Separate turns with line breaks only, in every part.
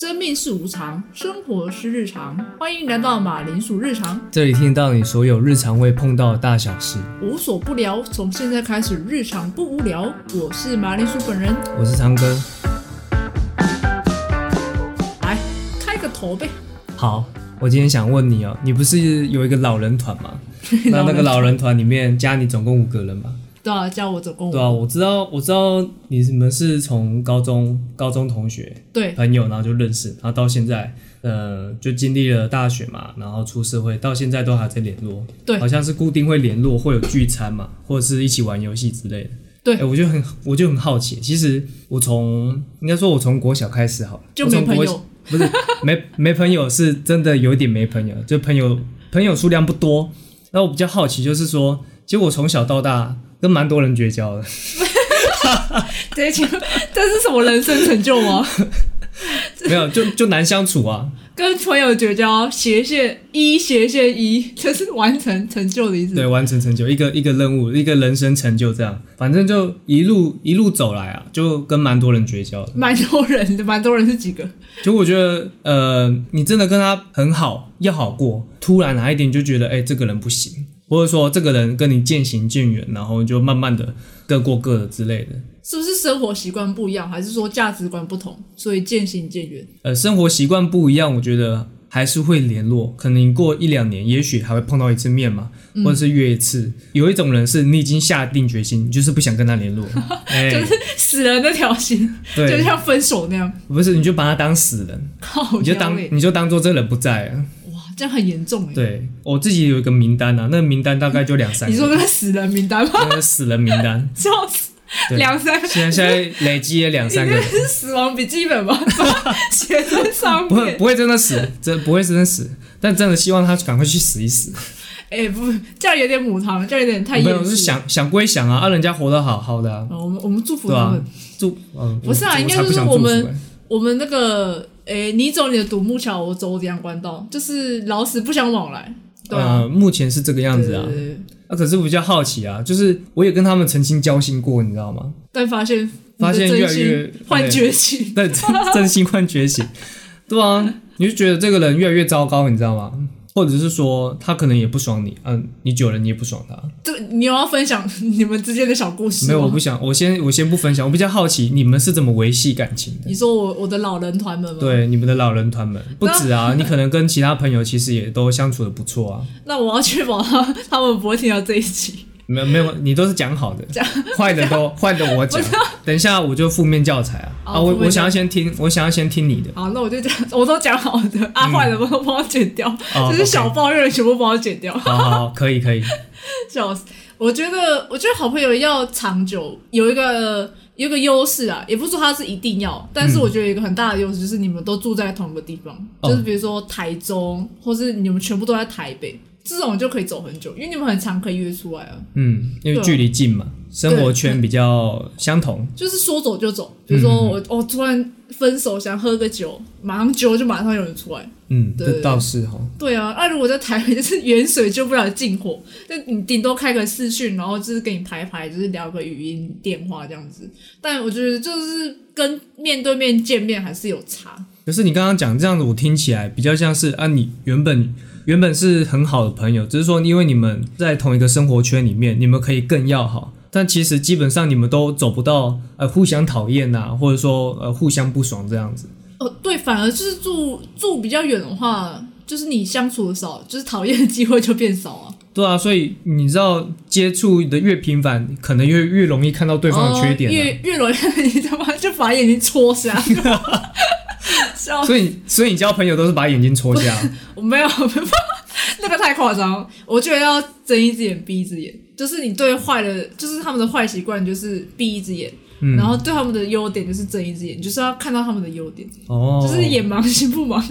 生命是无常，生活是日常。欢迎来到马铃薯日常，
这里听到你所有日常会碰到的大小事。
无所不聊。从现在开始，日常不无聊。我是马铃薯本人，
我是长哥，
来开个头呗。
好，我今天想问你哦，你不是有一个 老人团吗？那那个老人团里面加你总共五个人嘛？
对啊，叫我走公
对啊，我知道，我知道你们是从高中高中同学
对
朋友，然后就认识，然后到现在，呃，就经历了大学嘛，然后出社会，到现在都还在联络。
对
好像是固定会联络，会有聚餐嘛，或者是一起玩游戏之类的。
对
哎我就很我就很好奇，其实我从应该说我从国小开始好了，
就
我
没
从
朋
国
友，
不是 没没朋友，是真的有点没朋友，就朋友朋友数量不多。那我比较好奇就是说，其实我从小到大跟蛮多人绝 交的，
这请问这是什么人生成就吗？
没有就就难相处啊。
跟朋友绝交，斜线一斜线一， 这是完成成就的意思。
对，完成成就一个一个任务，一个人生成就这样，反正就一路一路走来啊，就跟蛮多人绝交的。
蛮多人的，蛮多人是几个？
就我觉得，呃，你真的跟他很好，要好过，突然哪一点就觉得，哎、这个人不行，或者说这个人跟你渐行渐远，然后就慢慢的各过各的之类的。
是不是生活习惯不一样，还是说价值观不同，所以渐行渐远？
呃，生活习惯不一样，我觉得还是会联络，可能过一两年，也许还会碰到一次面嘛，或者是约一次。有一种人是你已经下定决心，你就是不想跟 他联络，哎、
就是死人那条心，就
对，
像分手那样。
不是你就把他当死人，
靠
你就
腰
当
嘞
你就当做这人不在啊。
哇，这样很严重哎。
对我自己有一个名单啊，那个名单大概就两三个。
你说那个死人名单吗？，
那个死人名 单
笑死，
对
两三个。
现在现在累积了两
你
三
那
个
个，是死亡笔记 本吗？把它写在上
不会
面。
不会真的死，真不会真的死，但真的希望他赶快去死一死。
哎、不，这样有点母汤，这样有点太
没
严
有，是
肃。
想想归想啊，啊，人家活得好好的啊，
哦我们我们祝福
对
他们。
啊，祝嗯，
不是啊
我
应该
我才
就
不
是
想
我
祝福
们
欸
我们那个，诶、你走你的独木桥，我走我的阳关道，就是老死不相往来，对啊，
呃，目前是这个样子啊
对。对对对
啊，可是我比较好奇啊，就是我也跟他们曾经交心过，你知道吗？
但发现
发现
你的
越
真
来
心
越
幻
对
觉醒，
但真真心换觉醒，对啊，你就觉得这个人越来越糟糕，你知道吗？或者是说他可能也不爽你，嗯、你久了你也不爽他，
这你有要分享你们之间的小故事
没有，我
吗
不想，我先我先不分享，我比较好奇你们是怎么维系感情的？
你说我我的老人团们吗？，
对，啊你们的老人团们不 止啊，你可能跟其他朋友其实也都相处的不错啊。
那我要确保他他们不会听到这一集。
没有没有，你都是讲好的，坏的 都坏的我讲。等一下我就负面教材啊
好
啊！我
哦负面
我想要先听，我想要先听你的。
好，那我就讲， 我都讲好的，啊，坏的我都帮我剪掉，
嗯哦
就是小
OK
抱怨全部帮我剪掉。
好好好，可以可以，
笑死！我觉得，我觉得好朋友要长久，有一个有一个优势啊，也不是说它是一定要，但是我觉得有一个很大的优势就是你们都住在同一个地方，
哦
就是比如说台中，或是你们全部都在台北，这种就可以走很久，因为你们很常可以约出来啊，
嗯，因
对
为
啊
距离近嘛，生活圈比较相同。
就是说走就走。比如说
嗯
我我、哦突然分手想喝个酒，马上酒就马上有人出来。
嗯，
对
这倒是哈。
对啊，那、如果在台北就是远水救不了近火， 就你顶多开个视讯，然后就是跟你拍拍，就是聊个语音电话这样子。但我觉得就是跟面对面见面还是有差。
可是你刚刚讲这样子，我听起来比较像是啊，你原本原本是很好的朋友，只是说因为你们在同一个生活圈里面，你们可以更要好，但其实基本上你们都走不到呃互相讨厌呐、或者说呃互相不爽这样子。
哦，对，反而就是住住比较远的话，就是你相处的少，就是讨厌的机会就变少啊。
对啊，所以你知道接触的越频繁，可能越越容易看到对方的缺点、
哦、
啊。
越越容易你他妈就把眼睛戳瞎。笑
所以，所以你交朋友都是把眼睛戳瞎，
我没有， 那个太夸张。我觉得要睁一只眼闭一只眼，就是你对坏的，就是他们的坏习惯就是闭一只眼，
嗯，
然后对他们的优点就是睁一只眼，就是要看到他们的优点，
哦，
就是眼盲心不盲。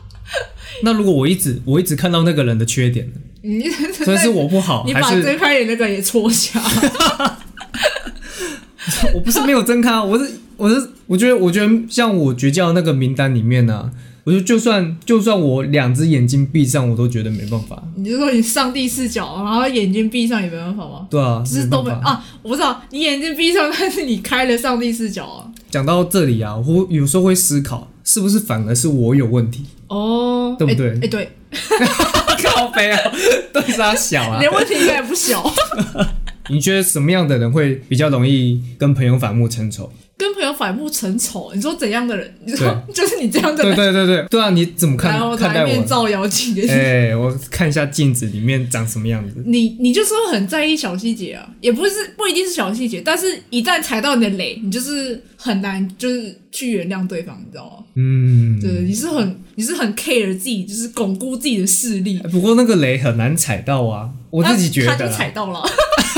那如果我一直我一直看到那个人的 缺点呢，
你
所以是我不好，
你
还
把
是
睁开眼那个也戳瞎，
我不是没有睁开啊，我是我是我觉得我觉得像我绝交那个名单里面呢、啊，我就就算就算我两只眼睛闭上，我都觉得没办法。
你就说你上帝视角，然后眼睛闭上也没办法吗？
对啊，
就是都
办
没
法。
啊，我不知道你眼睛闭上，但是你开了上帝视角啊。
讲到这里啊，我忽有时候会思考，是不是反而是我有问 题？
哦，
对不对
哎、哎对，
靠背 啊，对他小啊
你。的问题应该也不小。
你觉得什么样的人会比较容易跟朋友反目 成仇？
跟朋友反目成仇，你说怎样的人？ 你说
对
就是你这样的
对
人，
对对对，对啊，你怎么看
然后
看
来
待我
面
呢？
照妖镜的。
哎、我看一下镜子里面长什么样子。
你你就是会很在意小细节啊，也不是不一定是小细节，但是一旦踩到你的雷，你就是很难就是去原谅对方，你知道吗？
嗯，
对，你是很你是很 care 自己，就是巩固自己的势 力。
哎不过那个雷很难踩到啊，我自己觉
他
得
就
啦、
踩到了，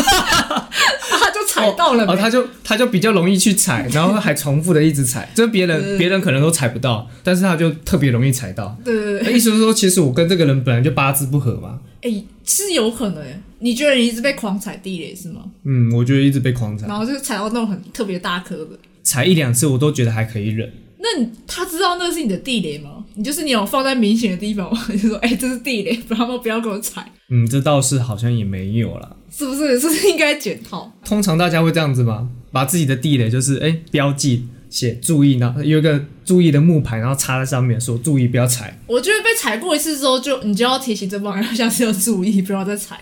他就踩到了
哦，
没，
哦他就他就比较容易去踩，然后还重复的一直踩，就别人
嗯
别人可能都踩不到，但是他就特别容易踩到。
对对对，
意思是说，其实我跟这个人本来就八字不合嘛。
哎、是有可能、欸。你觉得你一直被狂踩地雷是吗？
嗯，我觉得一直被狂踩，
然后就踩到那种很特别大颗的，
踩一两次我都觉得还可以忍。
那你他知道那是你的地雷吗？你就是你有放在明显的地方吗？ 你就说，哎、这是地雷，不然他们不要给我踩，
嗯，这倒是好像也没有啦。
是不是？是不是应该检讨？
通常大家会这样子吗？把自己的地雷就是哎、标记写注意，然后有一个注意的木牌，然后插在上面说注意不要踩。
我觉得被踩过一次之后就，你就要提醒这帮人，下次要注意，不要再踩。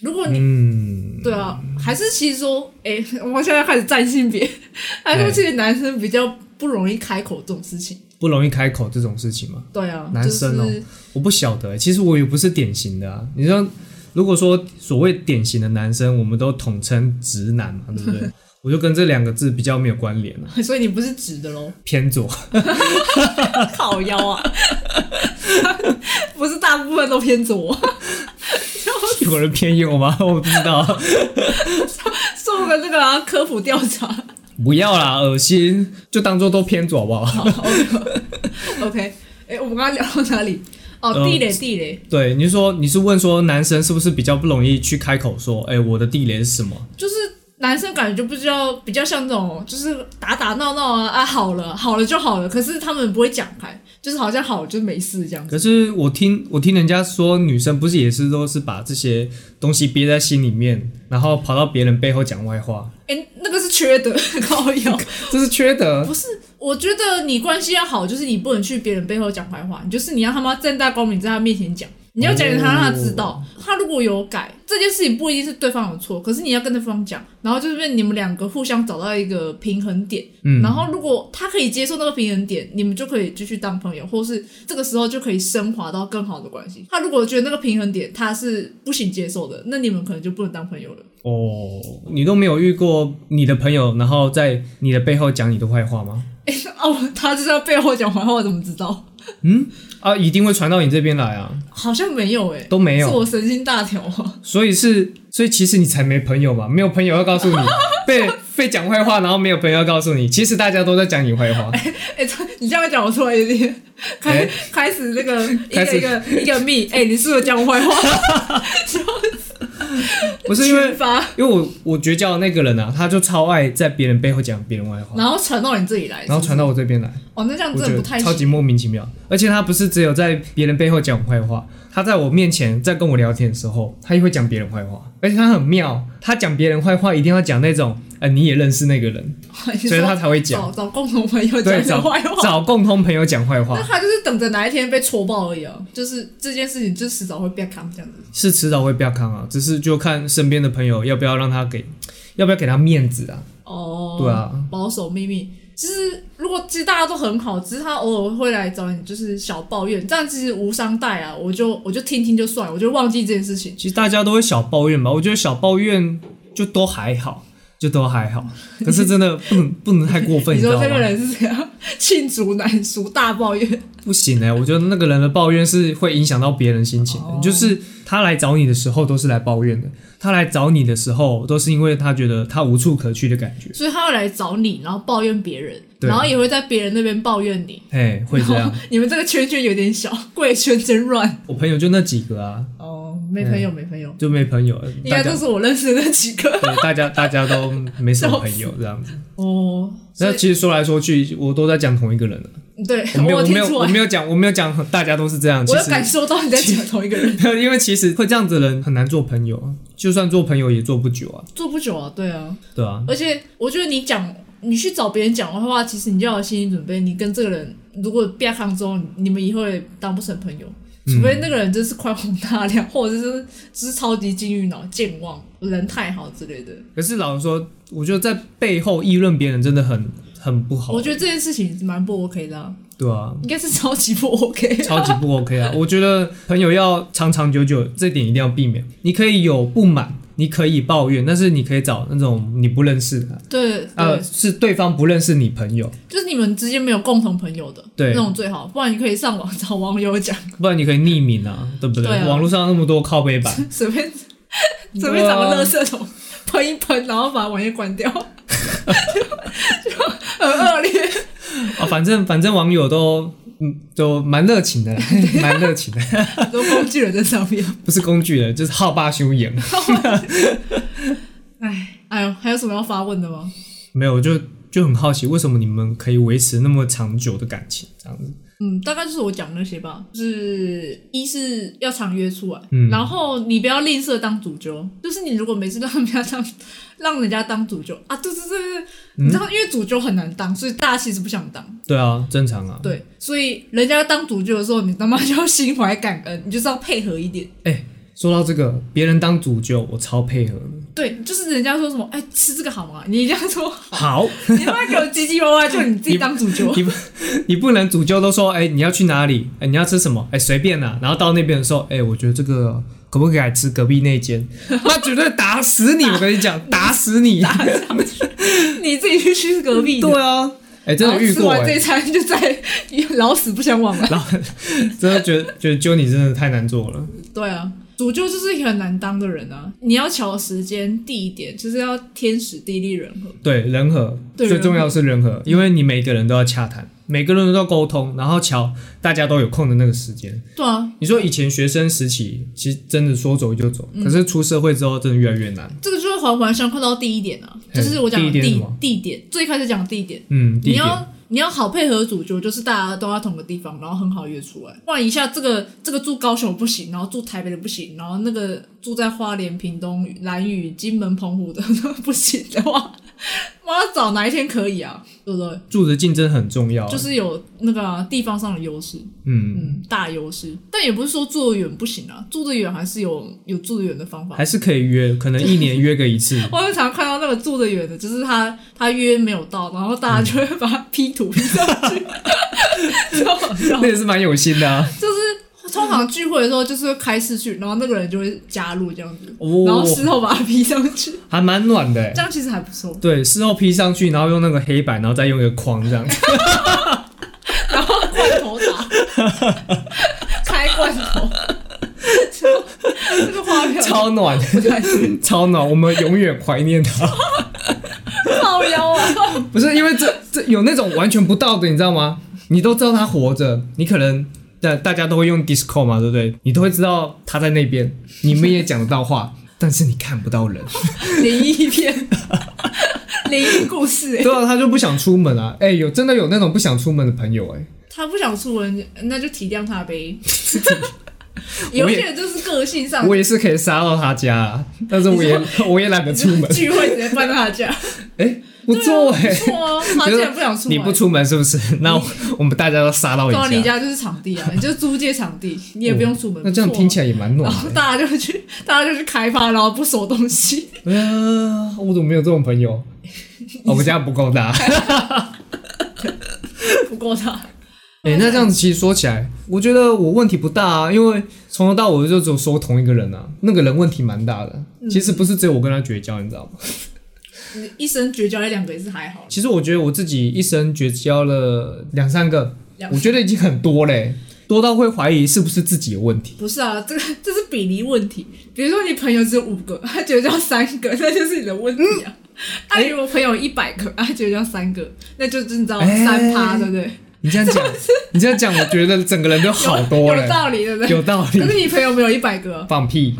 如果你、
嗯，
对啊，还是其实说，哎、 我们现在开始占性别， 还是说其实男生比较不容易开口这种事情。
不容易开口这种事情嘛。
对啊，
男生哦
就是、
我不晓得欸、其实我也不是典型的啊。你说，如果说所谓典型的男生，我们都统称直男嘛，对不 对？我就跟这两个字比较没有关联了、啊，
所以你不是 直的 喽，
偏左。
靠腰啊， 不是大部分都偏左，
有人偏右吗？ 我不知道。
做个那个、啊、科普调查。
不要啦，恶心，就当做都偏左好不好？
好，OK，哎、 诶我们刚刚聊到哪里？哦，
呃
地雷，地雷，
对，你是说你是问说男生是不是比较不容易去开口说，哎、我的地雷是什么？
就是男生感觉就不知道，比较像那种就是打打闹闹啊，啊，好了，好了就好了，可是他们不会讲开，就是好像好了就没事这样子。
可是我听我听人家说，女生不是也是都是把这些东西憋在心里面，然后跑到别人背后讲外话，
哎、那个是缺德， 高腰。
这是缺德。
不是，我觉得你关系要好，就是你不能去别人背后讲坏话，你就是你要他妈正大光明在他面前讲，你要讲给他，让他知道，他如果有改这件事情，不一定是对方有错，可是你要跟对方讲，然后就是你们两个互相找到一个平衡点，
嗯
然后如果他可以接受那个平衡点，你们就可以继续当朋友，或是这个时候就可以升华到更好的关系。他如果觉得那个平衡点他是不行接受的，那你们可能就不能当朋友了。
哦，你都没有遇过你的朋友，然后在你的背后讲你的坏话吗？
哎、哦，他就在背后讲坏话，我怎么知道？
啊，一定会传到你这边来啊，
好像没有哎、
都没
是
有，
我神经大条啊！
所以是，所以其实你才没朋友嘛，没有朋友要告 诉你被被讲坏话，然后没有朋友要告诉你，其实大家都在讲你坏话，
哎、这 你这样讲，我突然有 点开、
哎
开始那个一
开
个
始
一个一个密， 哎、你是不是讲我坏 话？
不是因为哦
群发，
因为我我绝交的那个人啊，他就超爱在别人背后讲别人坏话，
然后传到你这里来，
然后传
到
到我这边来，
哦，那这样
我
真
觉
的
得
不太
超
行。
级莫名其妙。而且他不是只有在别人背后讲我坏话，他在我面前在跟我聊天的时候，他也会讲别人坏话。而且他很妙，他讲别人坏话一定要讲那种，呃，你也认识那个人，
你
所以他
说
才会讲。
找找共同朋友讲
对，
你的
找
坏话，
找共同朋友讲坏
那
话
他就是等着哪一天被戳爆而已啊！就是这件事情，就迟早会被扛这样子。
是迟早会被坑啊，只是就看身边的朋友要不要让他给，要不要给他面子啊？
哦，
对，啊，
保守秘密。其实，如果其实大家都很好，只是他偶尔会来找你，就是小抱怨，这样其实无伤大雅。我就我就听听就算了，我就忘记这件事情。
其实大家都会小抱怨吧，我觉得小抱怨就都还好，就都还好。可是真的不能不能太过分，
你
你知
说
道
这个
吗？
人是怎 样？罄竹难书，大抱怨。
不行哎、我觉得那个人的抱怨是会影响到别人心情的，
哦
就是他来找你的时候都是来抱怨的，他来找你的时候都是因为他觉得他无处可去的感觉，
所以他会来找你，然后抱怨别人，
对
然后也会在别人那边抱怨你。
哎、会这样。。
你们这个圈圈有点小，贵圈真乱。
我朋友就那几个啊，
哦，没朋友，没朋友，
就没朋友，
应
嗯大
该
家
都是我认识的那几个。
对大家大家都没什么 朋友这样子。
哦，所
那
以
其实说来说去，我都在讲同一个人啊
对，
我没 有
我
我
听
没有
出
我
来，
没有讲我没有讲，大家都是这样。其
我有
实
感受到你在讲同一个人。
因为其实会这样子的人很难做朋友啊，就算做朋友也做不久啊，
做不久啊，对啊，
对啊，
而且我觉得你讲，你去找别人讲的话，其实你就要有心理准备，你跟这个人如果变康之后，你们以后也当不成朋友，
嗯
除非那个人真是宽宏大量，或者是就是超级金鱼脑、健忘、人太好之类的。
可是老实说，我觉得在背后议论别人真的很很不好
我，觉得这件事情蛮不 OK 的、啊，
对啊，
应该是超级不 OK 的。
超级不 OK 啊！我觉得朋友要长长久久，这点一定要避免。你可以有不满，你可以抱怨，但是你可以找那种你不认识的，
对，对
呃，是对方不认识你朋友，
就是你们之间没有共同朋友的，
对
那种最好，不然你可以上网 找网友讲，
不然你可以匿名啊，对不对？
对啊
网络上那么多靠背 版，
随便随便找个垃圾桶喷一喷，然后把网页关掉，就 就很恶劣。
啊，反正反正网友都嗯都蛮热情的啦， 蛮热情的，
很多工具人在上面。
不是工具人，就是好霸雄言。
哎，哎呦，还有什么要发问的吗？
没有，就就很好奇，为什么你们可以维持那么长久的感情这样子？
嗯，大概就是我讲那些吧，就是一是要常约出来，
嗯
然后你不要吝啬当主揪，就是你如果每次都让人家当，让人家当主揪啊，对对对对，你知道，因为主揪很难当，所以大家其实不想当，
对啊，正常啊。
对，所以人家当主揪的时候，你他妈就要心怀感恩，你就是要配合一点，
哎、说到这个，别人当主角，我超配合的。
对，就是人家说什么，哎，吃这个好吗？你一定要说，
好，
你他妈给我唧唧歪歪，就你自己当主揪，
你不你不能主教都说，哎、你要去哪里？哎、你要吃什么？哎、随便啦、然后到那边的时候，哎、我觉得这个可不可以改吃隔壁那间？他绝对打死你！我跟你讲，打死你！
你自己去吃隔壁的。
对啊，哎、
然
真的
后
有遇
吃
过
完
哎、
这一餐就再老死不相往来。
真的觉得觉得揪你真的太难做了。
对啊，主舅就是一个很难当的人啊，你要瞧时间、地点，就是要天时地利人和。
对，人和
对
最
人
重
和嗯
要是人和，因为你每个人都要洽谈，每个人都要沟通，然后瞧大家都有空的那个时间。
对啊，
你说以前学生时期，其实真的说走就走，
嗯
可是出社会之后，真的越来越难。
这个就是环环相扣到第一点啊，
嘿
就是我讲的
第一点是
地
什么
地点，最开始讲地点，
嗯，第
你
一点，
要。你要好配合主舅，就是大家都要同个地方，然后很好约出来。不然一下这个这个住高雄不行，然后住台北的不行，然后那个住在花莲、屏东、兰屿、金门、澎湖的不行的话， 妈找哪一天可以啊？对不对？
住的竞争很重要啊，
就是有那个啊、地方上的优势，
嗯，
嗯，大优势。但也不是说住得远不行啊，住得远还是有有住得远的方法。
还是可以约，可能一年约个一次。
我很常看到那个住得远的，就是他他约没有到，然后大家就会把他 P 图 P 上去，超好笑
那。也是蛮有心的、啊，
就是通常聚会的时候，就是会开视讯，然后那个人就会加入这样子，
哦
然后事后把他 P 上去，
还蛮暖的欸
这。样其实还不错。
对，事后 P 上去，然后用那个黑板，然后再用一个框这样。
然后罐头打，开罐头，这个画面
超暖，超暖，我们永远怀念它。
靠腰啊！
不是因为这这有那种完全不道德，你知道吗？你都知道他活着，你可能大大家都会用 Discord 嘛，对不对？你都会知道他在那边，你们也讲得到话，但是你看不到人。
灵异片，灵异故事、欸。
对啊，他就不想出门啊。哎、有真的有那种不想出门的朋友哎、
他不想出门，那就体谅他 呗。有些人就是个性上
我，也是可以杀到他家啊，但是我也我也懒得出门。
聚会直接搬到他 家，
哎、不错哎、
不错哦。他
觉
竟
得
然不想出门，
你不出门是不是？那我我们大家都杀到
对啊你
你家，哦
家就是场地啊，你就租借场地，你也不啊用出门。
那这样听起
来。
来也蛮暖
然
的
后。 大家就去，大家就去开发，然后不收东西。
啊，我怎么没有这种朋友？哦我们家不够大。
不过他，
哎、那这样子其实说起来，我觉得我问题不大啊，因为从头到尾就只有说同一个人啊，那个人问题蛮大的。其实不是只有我跟他绝交，你知道吗？
你一生绝交一两个也是还好。
其实我觉得我自己一生绝交了两三个，
两
我觉得已经很多嘞、多到会怀疑是不是自己的问题。
不是啊，这个 这是比例问题。比如说你朋友只有五个， 他绝交三个， 那就是你的问题 啊。那、如果朋友一百个， 他绝交三个，那就真的
哎
三趴，对不对？
你这样 讲，你这样讲，我觉得整个人就好多了
有，道理，对不对？
有道
可是
理。
你朋友没有一百个，
放 屁！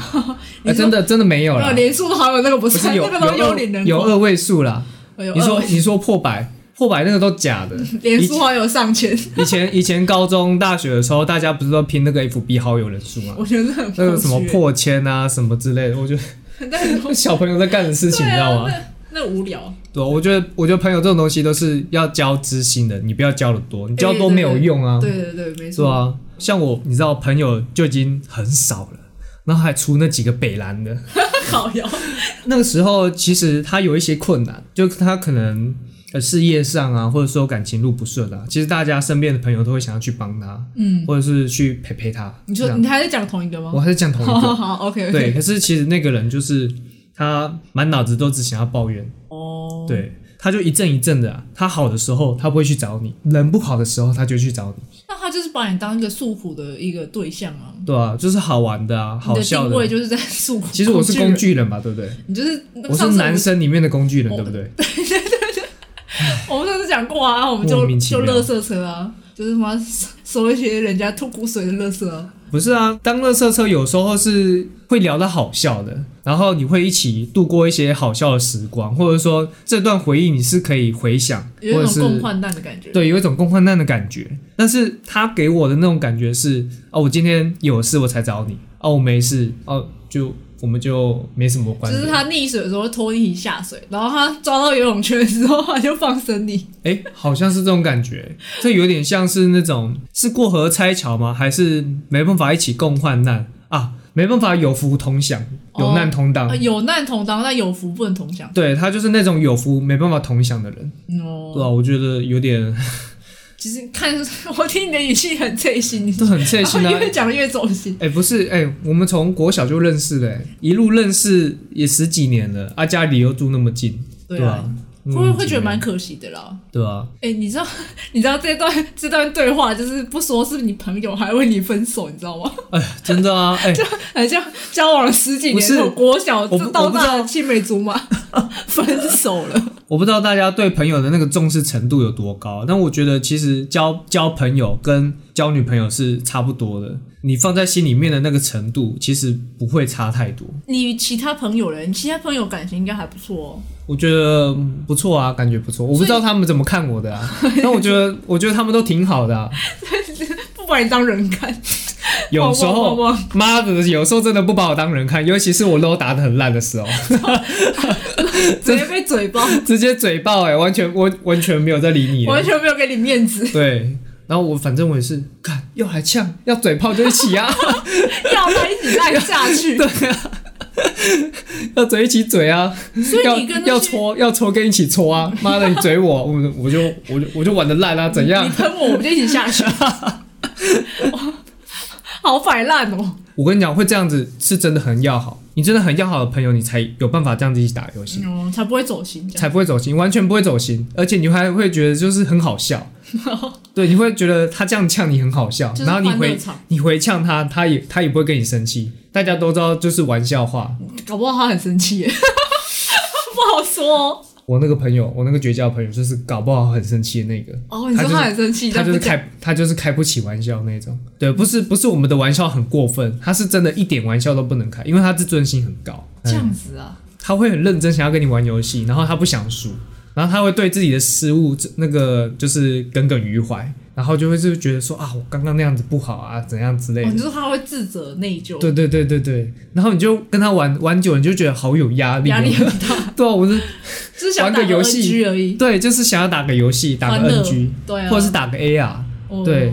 你说
哎，真的真的没有
没有
啦，
连数都好友那个不
不
算，
是有
那个都
有
幽
二
灵人
有
口。
二位数啦。
哎呦
你说
二
你说破百，破百那个都假的。
连
以
数好友上千，
以前以前高中大学的时候，大家不是都拼那个 FB 好友人数吗？
我觉得这很
那个什么
虚
破千啊什么之类的，我觉得
那很
小朋友在干的事情，
对
你知道
啊，
吗？
那那无聊。
对，我觉得我觉得朋友这种东西都是要交知心的，你不要交的多，你交多没有用啊，
对对对，没
是
错。
吧？像我，你知道朋友就已经很少了，然后还出那几个北蓝的，
好呀，
那个时候其实他有一些困难，就他可能呃事业上啊，或者说感情路不顺啊，其实大家身边的朋友都会想要去帮他，
嗯，
或者是去陪陪他。
你
这
说
样
你还在讲同一个
我
吗？
还是讲同一
好 好
个，
好，OK OK。
对。可是其实那个人就是他满脑子都只想要抱怨，
哦，，
对，他就一阵一阵的、啊，他好的时候他不会去找你，人不好的时候他就去找你，
那他就是把你当一个诉苦的一个对象啊，
对啊，就是好玩的啊，
你
好
的
笑
定
的
位
啊。
就是在诉苦。
其实我是工
人，
具人嘛，对不对？
你就是那
我
上
是
次
男生里面的工具人，
我
对不对？
我们上次讲过啊，我们就
莫名其
就
妙
垃圾车啊，就是什么收一些人家吐苦水的垃圾啊。
不是啊，当乐色车有时候是会聊到好笑的，然后你会一起度过一些好笑的时光，或者说这段回忆你是可以回想，
有
或
一种
者是
共患难的感觉。
对，有一种共患难的感觉。但是他给我的那种感觉是，哦，我今天有事我才找你，哦，我没事，哦，就我们就没什么关
就
系
是。他溺水的时候会拖你下水，然后他抓到游泳圈的时候，他就放生你。
哎、好像是这种感觉，这有点像是那种是过河拆桥吗？还是没办法一起共患难啊？没办法有福同享，有难同当。
啊，有难同当，但有福不能同享。
对他就是那种有福没办法同享的人，
嗯
对
哦，
吧、啊？我觉得有点
其实看 我听你的语气很脆心，你
都很切心 啊
然后。越讲越走心。
哎、不是，哎、我们从国小就认识了、哎一路认识也十几年了，啊，家里又住那么近，对
对
吧、
啊，
嗯
会不会会觉得蛮可惜的啦？
对啊？
哎、你知道 你知道这段这段对话就是不说是你朋友，还为你分手，你知道吗？
哎、真的啊，哎、
很像交往了十几
不
年，
是
从国小
我不
到
我不知
大
道
的青梅竹马 分手了。
我不知道大家对朋友的那个重视程度有多高，但我觉得其实交交朋友跟交女朋友是差不多的，你放在心里面的那个程度其实不会差太多。
你其他朋友人，你其他朋友感情应该还不错哦。
我觉得嗯不错啊，感觉不错。我不知道他们怎么看我 的啊，但我觉得，我觉得他们都挺好的、啊。
不把你当人看，
有时
汪汪
候，
汪汪
妈的，有时候真的不把我当人看，尤其是我 low 打的很烂的时候，
直接被嘴 爆，
直接嘴爆哎、完全我完全没有在理你了。
完全没有给你面子，
对，然后我反正我也是，看要来呛，要嘴炮就一起 啊，
要他一起赖下 去。
对啊，要嘴一起嘴啊，
所
要
以你跟那
要
些
搓要搓跟一起搓啊，妈的你嘴我，我我就我就我就玩的烂啊，怎样
你？喷我，我们就一起下 去。哇好摆烂哦！
我跟你讲，会这样子是真的很要好，你真的很要好的朋友，你才有办法这样子一起打游戏，
嗯，才不会走心这样。
才不会走心，完全不会走心，而且你还会觉得就是很好笑， 对，你会觉得他这样呛你很好笑
就，是
然后你
欢乐
回
场，
你回呛他，他也他也不会跟你生气，大家都知道就是玩笑话。
搞不好他很生气耶， 不好说哦。
我那个朋友，我那个绝交朋友，就是搞不好很生气的那个，
哦，你说他很生气，
他
但
就是
不讲
开他就是开不起玩笑那种。对，不是不是我们的玩笑很过分，他是真的一点玩笑都不能开，因为他自尊心很高。
这
嗯
样子啊？
他会很认真想要跟你玩游戏，然后他不想输，然后他会对自己的失误那个就是耿耿于怀，然后就会是觉得说啊，我刚刚那样子不好啊，怎样之类
哦，你
的。
说他会自责内疚，
对对对对对，然后你就跟他玩玩久，你就觉得好有压力、哦，
压力很大，
对啊，我是
就是想
玩
打
个游
NG
戏
而已，
对，就是想要打个游戏，打
欢
个
乐
NG，
对啊，
或者是打个 AR，
哦
对，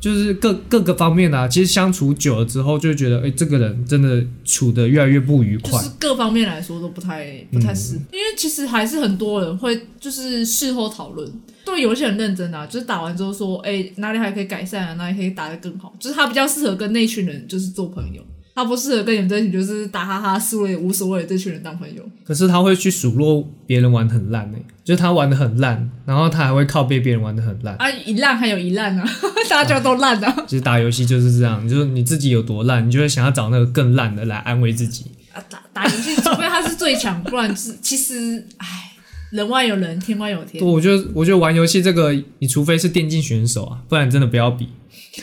就是各各个方面啊。其实相处久了之后，就会觉得哎、这个人真的处的越来越不愉
就
快嗯
是。各方面来说都不太不太适，因为其实还是很多人会就是事后讨论，对有些很认真啊，就是打完之后说，哎、哪里还可以改善啊，哪里可以打得更好，就是他比较适合跟那群人就是做朋友，他不适合跟你们这群就是打哈哈输了也无所谓的这群人当朋友，
可是他会去数落别人玩得很烂呢、欸就是他玩的很烂，然后他还会靠背别人玩的很烂。
啊，一烂还有一烂啊， 大家都烂啊，
其实打游戏就是这样，就是你自己有多烂，你就会想要找那个更烂的来安慰自己。
啊打打游戏，除非他是最强，不然就是其实，哎，人外有人，天外有天
对，，我觉得我觉得玩游戏这个，你除非是电竞选手啊，不然真的不要比，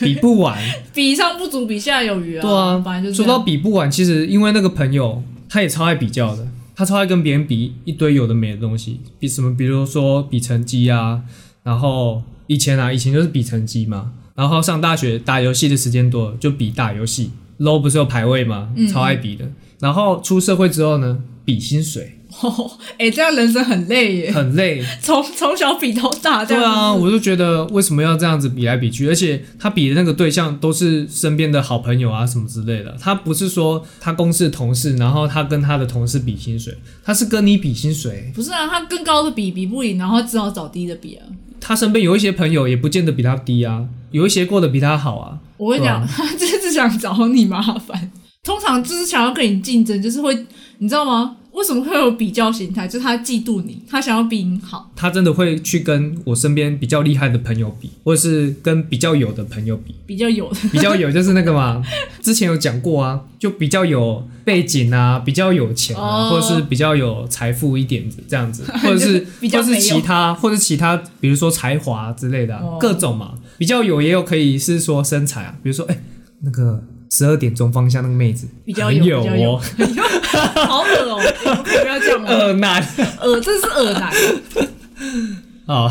比不完。
比上不足，比下有余啊，
对啊
反正就是
说
这样
到比不完，其实因为那个朋友他也超爱比较的，他超爱跟别人比一堆有的没的东西，比什么，比如说比成绩啊，然后以前啊，以前就是比成绩嘛，然后上大学打游戏的时间多了，就比打游戏。low 不是有排位吗？超爱比的。然后出社会之后呢，比薪水，
哦， 哎、这样人生很累 耶，
很累。
从从小比到大，
对啊，，我就觉得为什么要这样子比来比去？而且他比的那个对象都是身边的好朋友啊什么之类的，他不是说他公司的同事，然后他跟他的同事比薪水，他是跟你比薪水。
不是啊，他跟高的比比不赢，然后只好找低的比啊。
他身边有一些朋友也不见得比他低啊，有一些过得比他好啊。
我跟你讲， 他就是想找你麻烦。通常就是想要跟你竞争，就是会，你知道吗？为什么会有比较心态？就是他嫉妒你，他想要比你好。
他真的会去跟我身边比较厉害的朋友比，或者是跟比较有的朋友比。
比较有的，
比较有就是那个嘛，之前有讲过啊，就比较有背景啊，比较有钱啊，
哦
或者是比较有财富一点子这 样子，或者是
比较
或者
没
是
有
其他或者其他，比如说才华之类的啊、
哦
各种嘛，比较有也有可以是说身材啊，比如说哎、那个十二点钟方向那个妹子
比较
很
有，
有
比较有，
哦，
好恶哦、我可以不要这样吗？
呃男
恶，这是恶男。
啊，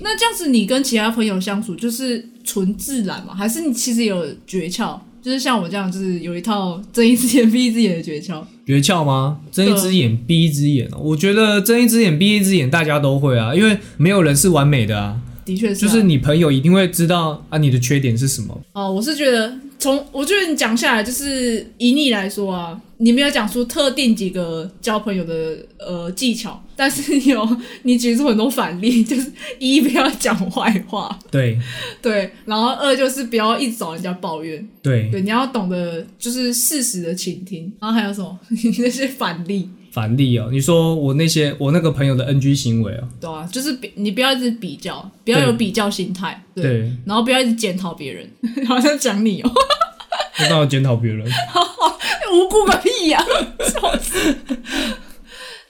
那这样子，你跟其他朋友相处就是纯自然吗？还是你其实有诀窍？就是像我这样，就是有一套睁一只眼闭一只眼的诀窍。
诀窍吗？睁一只眼闭一只眼哦，我觉得睁一只眼闭一只眼大家都会啊，因为没有人是完美的啊。
的确是、
就
啊，
是你朋友一定会知道啊，你的缺点是什么。
哦，我是觉得从我觉得你讲下来，就是以你来说啊，你没有讲出特定几个交朋友的呃技巧，但是你有你举出很多反例，就是一不要讲坏话，
对
对，然后二就是不要一直找人家抱怨，
对，
对，你要懂得就是适时的倾听，然后还有什么 你那些反例，
反例哦，你说我那些我那个朋友的 NG 行为哦，
对啊，就是比你不要一直比较，不要
对
有比较心态，对，
对，
然后不要一直检讨别人， 好像讲你哦，
我当然检讨别人。
无辜个屁呀、笑死！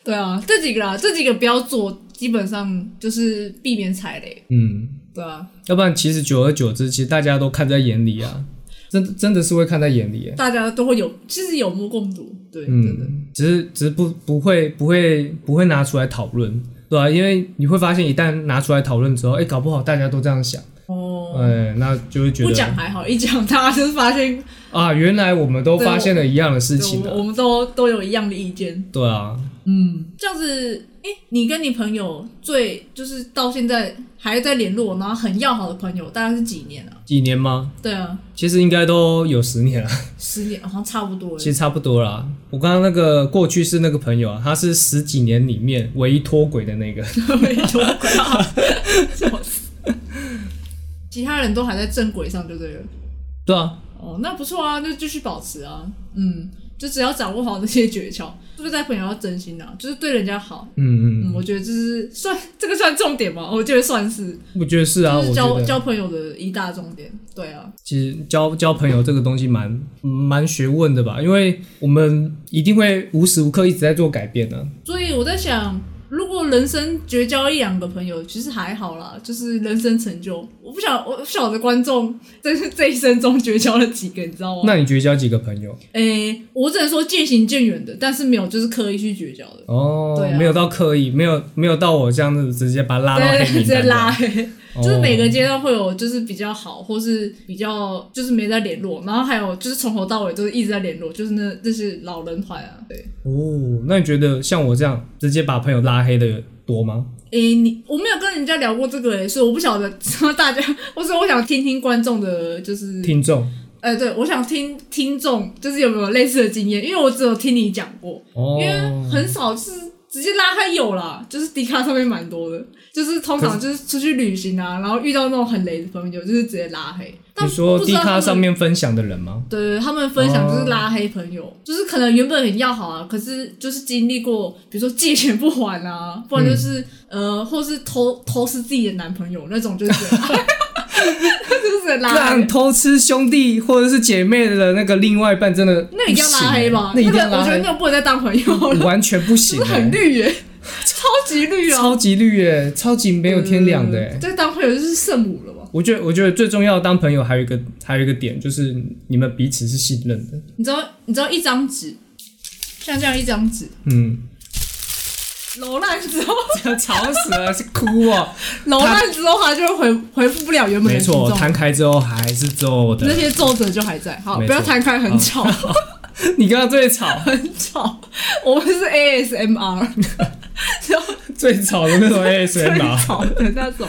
对啊，这几个啦，这几个不要做，基本上就是避免踩雷。
嗯，
对啊，
要不然其实久而久之，其实大家都看在眼里啊，真真的是会看在眼里耶。
大家都会有，其实有目共睹。对，真的。
嗯，只是只是不不会不会不会拿出来讨论，对啊，因为你会发现一旦拿出来讨论之后，哎、搞不好大家都这样想，
哦，
哎、那就会觉
不
得
讲还好，一讲大家就是发现，
啊，原来我们都
对
发
我
现了一样的事
对
情
我我
了。
们都都有一样的意见。
对啊，
嗯，这样子，哎、你跟你朋友最就是到现在还在联络，然后很要好的朋友，大概是几年啊？
几年吗？
对啊，
其实应该都有十 年了，
十年，好像差不多了
其。实差不多啦。我刚刚那个过去是那个朋友啊，他是十几年里面唯一脱轨的 那个。
没脱轨啊，笑死！其他人都还在正轨上就对了。
对啊，
哦，那不错啊，就继续保持啊。嗯，就只要掌握好那些诀窍，就是在朋友要真心啊，就是对人家好。
嗯嗯，
嗯，我觉得这是算这个算重点吧，我觉得算是，
我觉得是啊，
就
我
是
觉
交
得
交朋友的一大重点。对啊，
其实交交朋友这个东西蛮蛮学问的吧，因为我们一定会无时无刻一直在做改变的、
所以我在想，如果人生绝交一两个朋友，其实还好啦，就是人生成就。我不晓我不晓得观众这是这一生中绝交了几个，你知道吗？
那你绝交几个朋友？
诶、我只能说渐行渐远的，但是没有就是刻意去绝交的，
哦，
对啊
没有到刻意，没有没有到我这样子直接把他拉到黑
对，
名
直接
单的
拉，黑，
哦
就是每个阶段会有就是比较好，或是比较就是没在联络，然后还有就是从头到尾都是一直在联络，就是那那些老人团啊，对。
哦。那你觉得像我这样直接把朋友拉黑的有多吗？
诶、你我没有跟人家聊过这个、诶，所以我不晓得大家，或是我想听听观众的，就是，
听众
呃，对，我想听听众就是有没有类似的经验，因为我只有听你讲过，
哦，
因为很少是直接拉黑有啦，就是迪卡上面蛮多的，就是通常就是出去旅行啊，然后遇到那种很雷的朋友，就是直接拉黑。但
你说
不知
低
道他
咖
们
上，面分享的人吗？
对他们分享
哦
就是拉黑朋友，就是可能原本很要好啊，可是就是经历过，比如说借钱不还啊，不然就是、
嗯
呃，或是偷偷吃自己的男朋友那种，就是直 接拉黑就是直接拉黑
让。偷吃兄弟或者是姐妹的那个另外一半真的
那一定要拉黑吧？
不行欸那一定
个
要拉
我觉得那
黑，
种不能再当朋友了，
完全不行
就是很
欸，
绿耶， 超级绿啊！嗯
超级绿耶，超级没有天良的欸。
这当朋友就是圣母了吧？
我觉得，我觉得最重要的当朋友还有一个还有一个点就是你们彼此是信任的，
你知道，你知道一张纸，像这样一张纸
嗯，
揉烂之后，
吵死了，是哭哦，
揉烂之后它就会回回复不了原本
没
的形
错，
状，
摊开之后还是皱
那
的，
些皱褶就还在。好，
没错
不要摊开，很吵。
你刚刚最吵、
很吵， 我们是 ASMR，然后
最吵的 那种
最
ASMR，
吵的那种，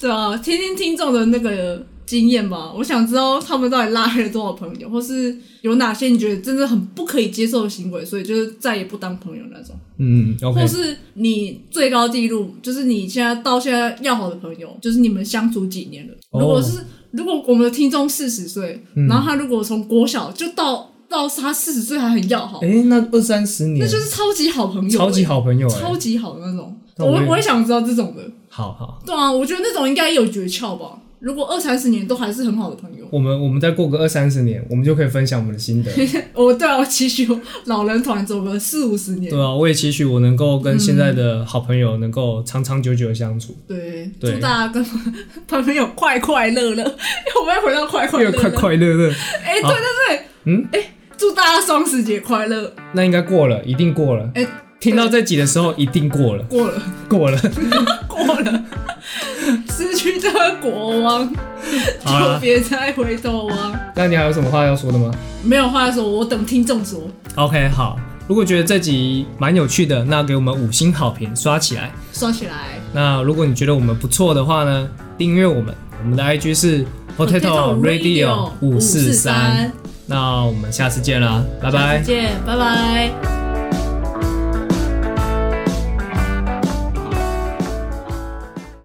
对啊，听听听众的那个经验吧。我想知道他们到底拉黑了多少朋友，或是有哪些你觉得真的很不可以接受的行为，所以就是再也不当朋友那种，
嗯，OK，
或是你最高纪录就是你现在到现在要好的朋友，就是你们相处几年了。
哦嗯
如果是、如果我们的听众四十岁，然后他如果从国小就到到他四十岁还很要好，
哎、那二三十年
那就是超级好朋友、
超级
欸
好朋友、
超
欸，
级好的那种。
那
我
我也
会我也想知道这种的。
好好，
对啊，我觉得那种应该也有诀窍吧。如果二三十年都还是很好的朋友，
我们我们再过个二三十年，我们就可以分享我们的心 得，
我对啊，我期许我老人团走个四五十年
对。啊，我也期许我能够跟现在的好朋友能够长长久久的相处，
对，
对
祝大家跟 朋友快快乐 乐。我们要回到快快乐
越
乐。
快快乐乐，
哎、对对对，
嗯，
哎、祝大家双十节快乐。
那应该过了，一定过了。
哎、
听到这集的时候，一定过了，
过了，
过了。
过了， 失去这个国王，
好
就
了，
别再回头望。
那你还有什么话要说的吗
没有话说，我等听众说。
？OK，好。如果觉得这集蛮有趣的，那给我们五星好评刷起来。
刷起来
那如果你觉得我们不错的话呢，订阅我们，我们的 IG 是 Potato Radio 五四三。那我们下次见啦，拜
下
拜
次。见，拜拜。